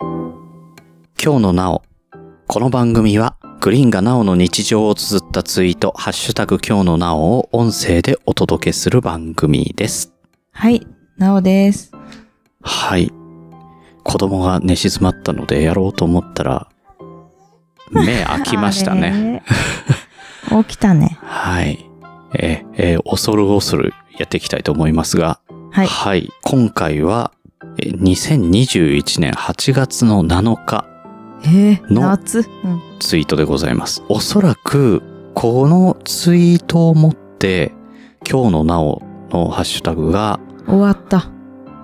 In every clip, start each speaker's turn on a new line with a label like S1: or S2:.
S1: 今日のなお。この番組は、グリーンがなおの日常を綴ったツイート、ハッシュタグ今日のなおを音声でお届けする番組です。
S2: はい、なおです。
S1: はい。子供が寝静まったのでやろうと思ったら、目開きましたね。
S2: あれ。起きたね。
S1: はい。えー、えー恐る恐るやっていきたいと思いますが、
S2: はい。
S1: 今回は、えー2021年8月の7日、
S2: えー、
S1: の
S2: 夏。うん。
S1: ツイートでございます。おそらく、このツイートをもって、今日のなおのハッシュタグが
S2: 終わった。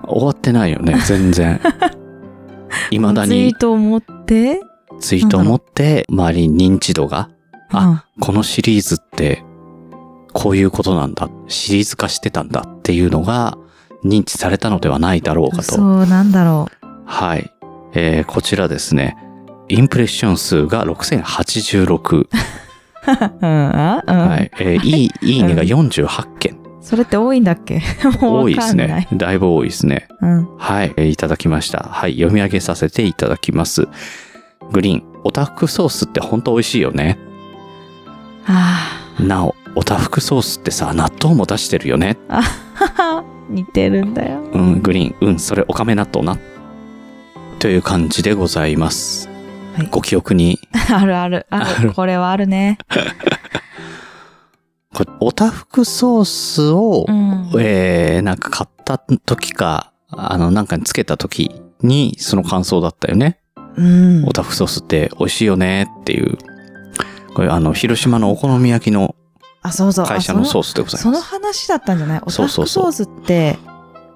S1: 終わってないよ ね、全然。未だ
S2: ツイ
S1: に
S2: ートを持って、
S1: ツイートを持って、周りに認知度が、あこのシリーズって、こういうことなんだ、シリーズ化してたんだっていうのが、認知されたのではないだろう
S2: うん、
S1: か
S2: そ
S1: と。
S2: う、なんだろ
S1: はい。えーこちらですね。インプレッション数が6086。
S2: う。うん、あ、うん、
S1: はい。えーいい、いいねが48件。
S2: それって多いんだっけも
S1: 多
S2: う
S1: いで
S2: わか
S1: す
S2: んない。
S1: ね。だいぶ多いですね。
S2: うん。
S1: はい、えーいただきました。はい、読み上げさせていただきます。グリーン、オタフクソースって本当美味しいよね。
S2: あ
S1: なお、オタフクソースってさ、納豆も出してるよね。
S2: あ、似てるんだよ。
S1: うん、グリーン、うん、それオカメ納豆な。という感じでございます。
S2: はい
S1: ご記憶に、
S2: あるある、ある。これはあるね。
S1: これオタフクソースを、
S2: うん。
S1: えー、なんか買った時か、あの、なんかにつけた時に、その感想だったよね。
S2: うん
S1: オ。タフソースって美味しいよねっていう。これあの、広島のお好み焼きの
S2: あ、そうそう。あ
S1: 会社の
S2: そ
S1: ソースでござい
S2: そ
S1: ま
S2: の
S1: す。
S2: 話だったんじゃないオタ
S1: そう
S2: フ
S1: そう
S2: ク
S1: そ
S2: ソ
S1: う
S2: ースって、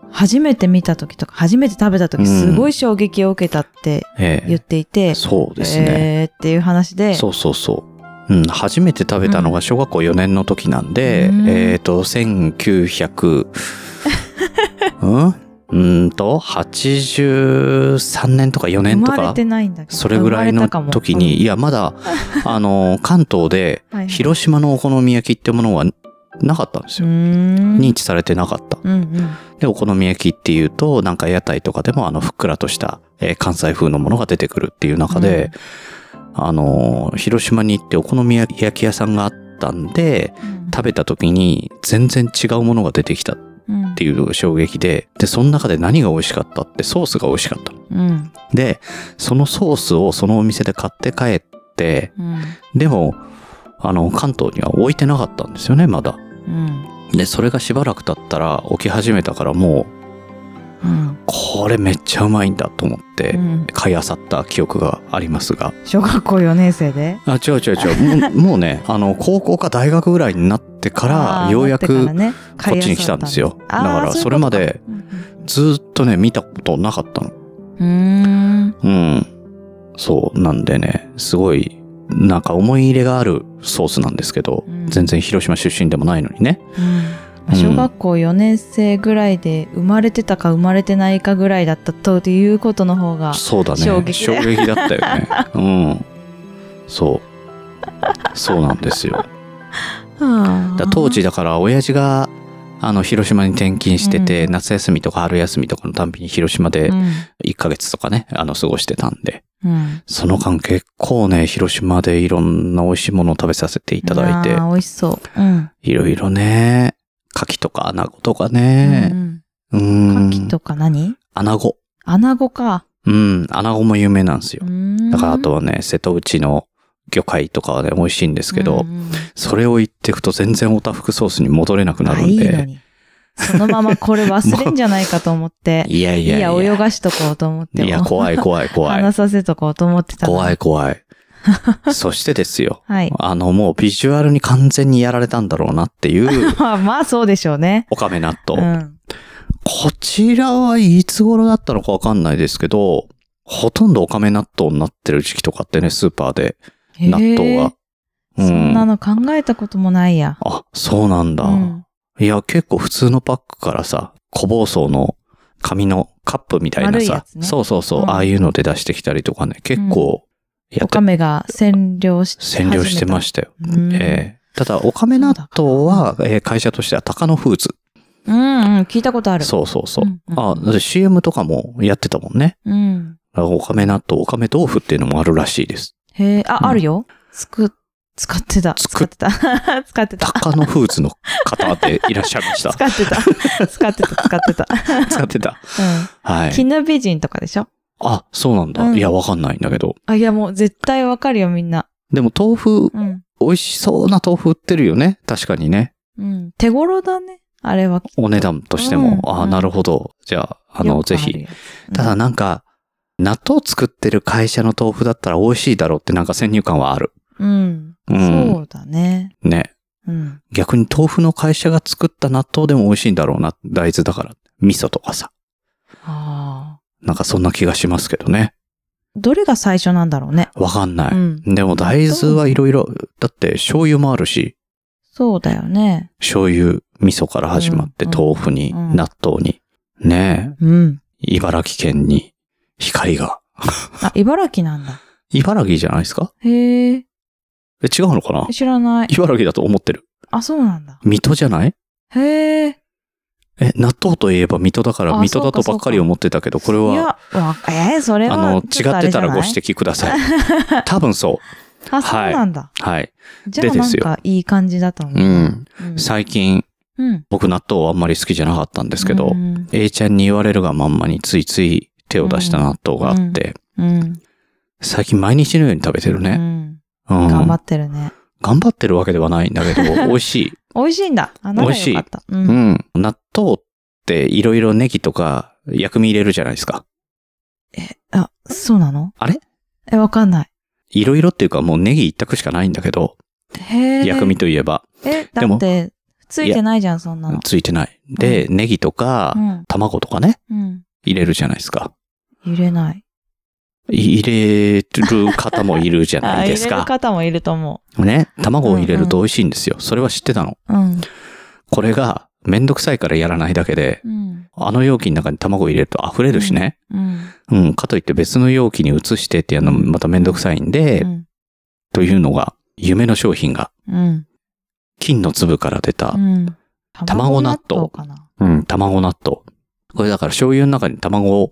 S2: 初めて見た時とか、初めて食べた時、すごい衝撃を受けたって
S1: ええ
S2: 言っていて、
S1: そうですね、
S2: えーっていう話で、
S1: そうそうそう。うん、初めて食べたのが小学校4年の時なんで、
S2: うん
S1: えっ、と、1900、うんうんと、83年とか4
S2: 生
S1: 年と
S2: まれ
S1: か、
S2: てないんだけど。
S1: それぐらい
S2: 生ま
S1: の
S2: れたかも
S1: 時に、い、や、まだ、 あの、関東で、
S2: うんはい
S1: 広島のお好み焼きってものはなかったんです
S2: う
S1: よ。
S2: ーん
S1: 認知されてなかった。
S2: うんうん。
S1: で、お好み焼きっていうと、なんか屋台とかでもあの、ふっくらとした、えー関西風のものが出てくるっていう中で、あのー、広島に行ってお好み焼き屋さんがあったんで、
S2: うん、
S1: 食べた時に全然違うものが出てきたっ
S2: うん
S1: ていう衝撃で、で、その中で何が美味しかったってソースが美味しかった。
S2: うん
S1: で、そのソースをそのお店で買って帰って、
S2: うん
S1: でも、あの、関東には置いてなかったんですよね、まだ。
S2: うん
S1: で、それがしばらく経ったら置き始めたからもう、
S2: うん
S1: これめっちゃうまいんだと思って
S2: うん
S1: 買い漁った記憶がありますが。
S2: 小学校4年生で
S1: あ、違う違う違う。もう もうね、あの、高校か大学ぐらいになってから、
S2: あー
S1: ようや
S2: 持
S1: く
S2: ってからね
S1: こっちに来たんですよ。だ
S2: あー
S1: から、
S2: そういうことか
S1: それまで
S2: うん
S1: ずーっとね、見たことなかったの。
S2: うんう
S1: うん。そう、なんでね、すごい、なんか思い入れがあるソースなんですけど、
S2: うん
S1: 全然広島出身でもないのにね。
S2: ーんうん小学校4年生ぐらいで生まれてたか生まれてないかぐらいだったということの方が
S1: そうだね。
S2: 衝撃
S1: 衝
S2: だ
S1: 撃だったよね。うん。そう。そうなんですよ。だから当時だから親父があの広島に転勤してて、
S2: うん
S1: 夏休みとか春休みとかのたんびに広島
S2: で
S1: で
S2: うん
S1: 1ヶ月とかね、あの過ごしてたんで、
S2: うん
S1: その間結構ね、広島でいろんな美味しいものを食べさせていただいて
S2: あ、ー美味しそううん
S1: いろいろね、牡蠣とか穴子とかね、う、
S2: うんん牡蠣とか何
S1: 穴子。
S2: 穴子か
S1: うん、穴子も有名なんですよ。だ
S2: だ
S1: からあとはね、瀬戸内の魚介とかはね、美味しいんですけど、
S2: うんうん
S1: それを言っていくと全然オタフクソースに戻れなくな
S2: あ
S1: る
S2: い
S1: ん
S2: いの
S1: で。
S2: に。そのままこれ忘れんじゃないかと思っ て。
S1: いや
S2: い
S1: いや
S2: や
S1: いや。
S2: 泳がしとこうと思って。
S1: いや、怖い怖い怖い。
S2: 話させとこうと思ってたの。
S1: 怖い怖 い。そしてですよ。
S2: はい。
S1: あの、もうビジュアルに完全にやられたんだろうなっていう、
S2: まあ、まあ、そうでしょうね。
S1: オカメ納
S2: う
S1: 豆。
S2: ん。
S1: こちらはいつ頃だったのかわかんないですけど、ほとんどオカメ納豆になってる時期とかってね、スーパーで納豆が。
S2: へーそんなの考えたこともないや。
S1: あ、そうなんだ。
S2: うん
S1: いや、結構普通のパックからさ、小包装の紙のカップみたいな
S2: 丸いや
S1: さ、
S2: つね
S1: そうそうそう、
S2: うん
S1: ああいうので出してきたりとかね、結構や
S2: オ
S1: って、
S2: カメが占領し
S1: 占領してましたよ。
S2: た。うん
S1: ええただ、オカメ納豆は、えー会社としては高野フーズ
S2: うんうん、聞いたことある。
S1: そうそうそう。
S2: うんうん
S1: あ、だって CM とかもやってたもんね。
S2: うん。
S1: だからおかめ納豆、おかめ豆腐っていうのもあるらしい です。
S2: へえ、あ、
S1: うん
S2: あるよ。つく、使ってた。
S1: つく
S2: 使ってた。 使ってた。
S1: 高野フーズの方でいらっしゃいました。
S2: 使ってた。使ってた。使ってた。
S1: 使ってた。
S2: う
S1: は
S2: ん。キ
S1: い。
S2: ヌ美人とかでしょ
S1: あ、そうなんだ。
S2: うん
S1: いや、わかんないんだけど。
S2: あ、いやもう絶対わかるよ、みんな。
S1: でも豆腐、
S2: うん。
S1: 美味しそうな豆腐売ってるよね。確かにね。
S2: うん。手頃だね。あれは。
S1: お値段としても。
S2: うん
S1: ああ、なるほど。じゃあ、あの、
S2: よく
S1: ぜ
S2: る
S1: ひ。
S2: やつ。
S1: ただなんか、納豆作ってる会社の豆腐だったら美味しいだろうってなんか先入観はある。
S2: うん。
S1: う
S2: うんん。そうだね。
S1: ね。
S2: うん。
S1: 逆に豆腐の会社が作った納豆でも美味しいんだろうな。大豆だから。味噌とかさ。
S2: ああ。
S1: なんかそんな気がしますけどね。
S2: どれが最初なんだろうね。
S1: わかんな
S2: う
S1: い。
S2: ん。
S1: でも大豆はいろいろ、だって醤油もあるし、
S2: そうだよね。
S1: 醤油、味噌から始まって
S2: うん
S1: 豆腐に、
S2: うん
S1: 納豆に、ね
S2: うん。
S1: え、茨城県に光が。
S2: あ、茨城なんだ。
S1: 茨城じゃないですか
S2: へえ。
S1: え、違うのかな
S2: 知らない。
S1: 茨城だと思ってる。
S2: あ、そうなんだ。
S1: 水戸じゃない
S2: へえ。
S1: え、納豆といえば水戸だから
S2: あ
S1: 水戸だとばっかり思ってたけど、これ
S2: いや、
S1: は、
S2: わえー、それは。
S1: あの、
S2: ちょ
S1: 違っ
S2: とれ
S1: て
S2: じ
S1: た
S2: ゃ
S1: ら
S2: ない
S1: ご指摘ください。 多分そ
S2: あ、そうなんだ。
S1: う。はい。
S2: じゃあ
S1: でで
S2: なん
S1: すよ
S2: かいい感じだと思
S1: う
S2: う。
S1: ん。
S2: うん
S1: 最近、
S2: うん。
S1: 僕納豆あんまり好きじゃなかったんですけど、
S2: うん
S1: A ちゃんに言われるがまんまについつい手を出した納豆があって、
S2: うん。
S1: 最近毎日のように食べてる
S2: う
S1: ね。
S2: ん
S1: うん
S2: 頑張ってるね。
S1: 頑張ってるわけではないんだけ ど、美味しい。
S2: 美味しいんだ。あ、ならよかった。う。
S1: うんん。納豆っていろいろネギとか薬味入れるじゃないですか。
S2: あ、そうなの
S1: あれ
S2: え、わかんない。
S1: いろいろっていうかもうネギ一択しかないんだけど、
S2: へえ。
S1: 薬味といえば
S2: え、
S1: で
S2: だ
S1: も
S2: って、ついてないじゃん、そんなの。
S1: ついてない。で、ネギとか
S2: うん。
S1: 卵とかね、
S2: うん。
S1: 入れるじゃないですか。
S2: 入れない。
S1: い入れる方もいるじゃ
S2: あ、
S1: ないで
S2: 入
S1: す
S2: れる
S1: か。
S2: 方もいると思
S1: ね。卵を入れると美味しいんですよ。それは知ってたの。
S2: う。うん。
S1: これがめんどくさいからやらないだけで、
S2: うん。
S1: あの容器の中に卵入れると溢れるしね。
S2: うん。
S1: うん、かといって別の容器に移してっていうのもまためんどくさいんで、
S2: うん
S1: というのが、夢の商品が、
S2: うん。
S1: 金の粒から出た
S2: う、ん。
S1: 卵納豆
S2: かな。
S1: うん、卵納豆。これだから醤油の中に卵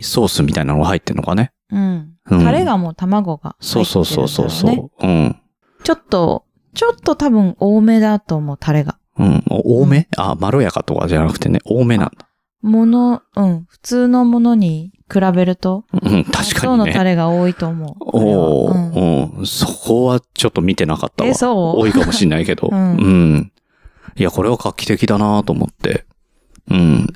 S1: ソースみたいなのが入ってるのかね。
S2: うん。
S1: うん
S2: タレがもう卵が
S1: そ
S2: 入
S1: う
S2: ってる
S1: そ
S2: ん
S1: う
S2: だ
S1: そう
S2: ろう
S1: そうそう、
S2: ね。
S1: うん。
S2: ちょっと、ちょっと多分多めだと思う、タレが。
S1: うん。お多め、あ、まろやかとかじゃなくてね、多めなんだ。
S2: もの、うん、普通のものに比べると、
S1: うん、確か
S2: 納
S1: に
S2: 豆のタ
S1: ね。
S2: レが多いと思う。
S1: お
S2: これはうん
S1: ー、うん、そこはちょっと見てなかったわ。
S2: えそう
S1: 多いかもしんないけど。
S2: うん
S1: うん。いや、これは画期的だなと思って。うん。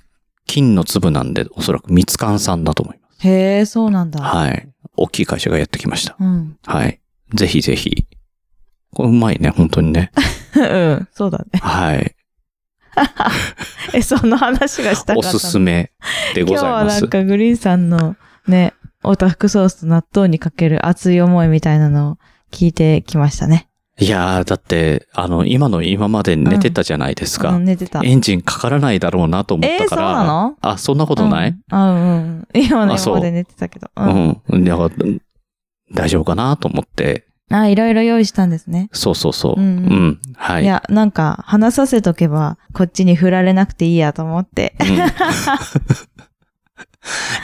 S1: 金の粒なんで、おそらく蜜柑さんだと思います。
S2: へえ、そうなんだ。
S1: はい。大きい会社がやってきました。
S2: うん。
S1: はい。ぜひぜひ。これうまいね、本当に ね。
S2: うん、そうだね。
S1: はい。
S2: え、その話がしたか
S1: お
S2: ったの。
S1: すすめでご
S2: 今日
S1: ざい
S2: は
S1: ま
S2: な
S1: す
S2: ん。かグリーンさんのね、オタフクソースと納豆にかける熱い思いみたいなのを聞いてきましたね。
S1: いやー、だって、あの、今の今まで寝てたじゃないです
S2: う
S1: か。
S2: ん、寝てた。
S1: エンジンかからないだろうなと思っ
S2: え
S1: た
S2: ー、
S1: か
S2: そう
S1: ら。
S2: なの
S1: あ、そんなことない、
S2: うん、あうんうん。今ね、
S1: あそう
S2: 今まで寝てたけど。う。
S1: うんん、だから、大丈夫かなと思って。
S2: あ、いろいろ用意したんですね。
S1: そうそうそう。う、
S2: うんんうん、
S1: はいい。
S2: や、なんか、話させとけば、こっちに振られなくていいやと思って。
S1: うんい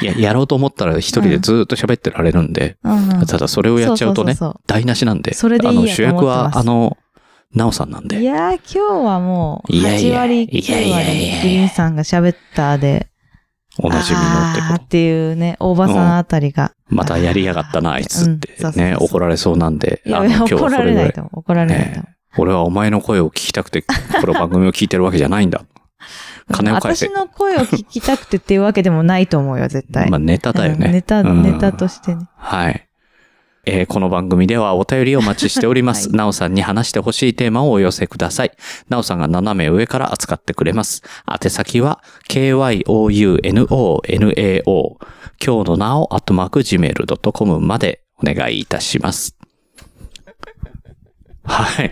S1: や、やろうと思ったら一人でずーっと喋ってられるんで、
S2: うんうん
S1: ただそれをやっちゃうとね、
S2: そうそう
S1: 台無しなんで。
S2: それでいいや
S1: あの、主役
S2: と思って
S1: は、
S2: ます
S1: あの、なおさんなん
S2: そう
S1: で
S2: い。やー、今日はもう、
S1: いやい
S2: 8
S1: や
S2: 割、
S1: いやいや
S2: 9
S1: いやい
S2: 割
S1: や、
S2: グリーンさんが喋ったで、
S1: おなじみのって
S2: あ
S1: こ
S2: ー
S1: と。
S2: っていうね、大場さんあたりが。
S1: またやりやがったな、あいつって
S2: うんそうそうそう
S1: ね、怒られそうなんで、
S2: いや
S1: あの、
S2: いや
S1: 今日
S2: 怒
S1: はそ
S2: ら
S1: れ
S2: れ
S1: ぐ
S2: な
S1: ら
S2: い
S1: い。
S2: と思う。怒られないと思う。
S1: 俺はお前の声を聞きたくて、この番組を聞いてるわけじゃないんだ。金を返せ
S2: 私。の声を聞きたくてっていうわけでもないと思うよ、絶対。
S1: まあ、ネタだよ
S2: うんネ
S1: ね。
S2: タ、
S1: うん
S2: ネタとしてね。
S1: はい。えーこの番組ではお便りをお待ちしております。
S2: はい
S1: なおさんに話してほしいテーマをお寄せください。なおさんが斜め上から扱ってくれます。宛先は、kyononao、今日のなお、アットマーク、gmail.com までお願いいたします。はい。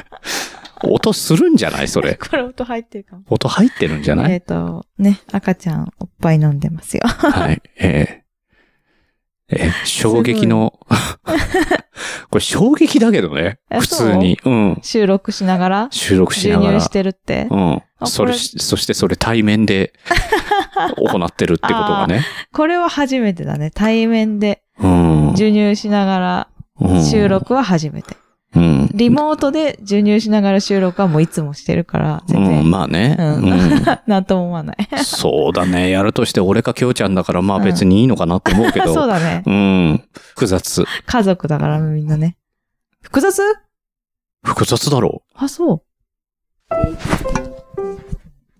S1: 音するんじゃないそれ。
S2: これ音入ってるかも。
S1: 音入ってるんじゃない
S2: えっと、ね、赤ちゃんおっぱい飲んでますよ。
S1: はい。えーえー衝撃の、これ衝撃だけどね。
S2: え
S1: 普通に。うん。
S2: 収録しながら
S1: 収録し
S2: 授
S1: なが
S2: 乳
S1: ら。
S2: してるって。
S1: うん。
S2: あ
S1: それ、
S2: これ
S1: そしてそれ対面で行ってるってことが ね。
S2: これは初めてだね。対面で
S1: うん。
S2: 授乳しなが
S1: う
S2: ら
S1: ん
S2: 収。録は初めて。
S1: うん。
S2: リモートで授乳しながら収録はもういつもしてるから、全
S1: うん、
S2: 然。
S1: まあね。
S2: う
S1: うん。
S2: なんとも思わない。
S1: そうだね。やるとして俺かきょうちゃんだから、まあ
S2: うん
S1: 別にいいのかなと思うけ
S2: そう
S1: ど。
S2: だね。
S1: うん。複雑。
S2: 家族だからみんなね。複雑
S1: 複雑だろ
S2: あ、そう。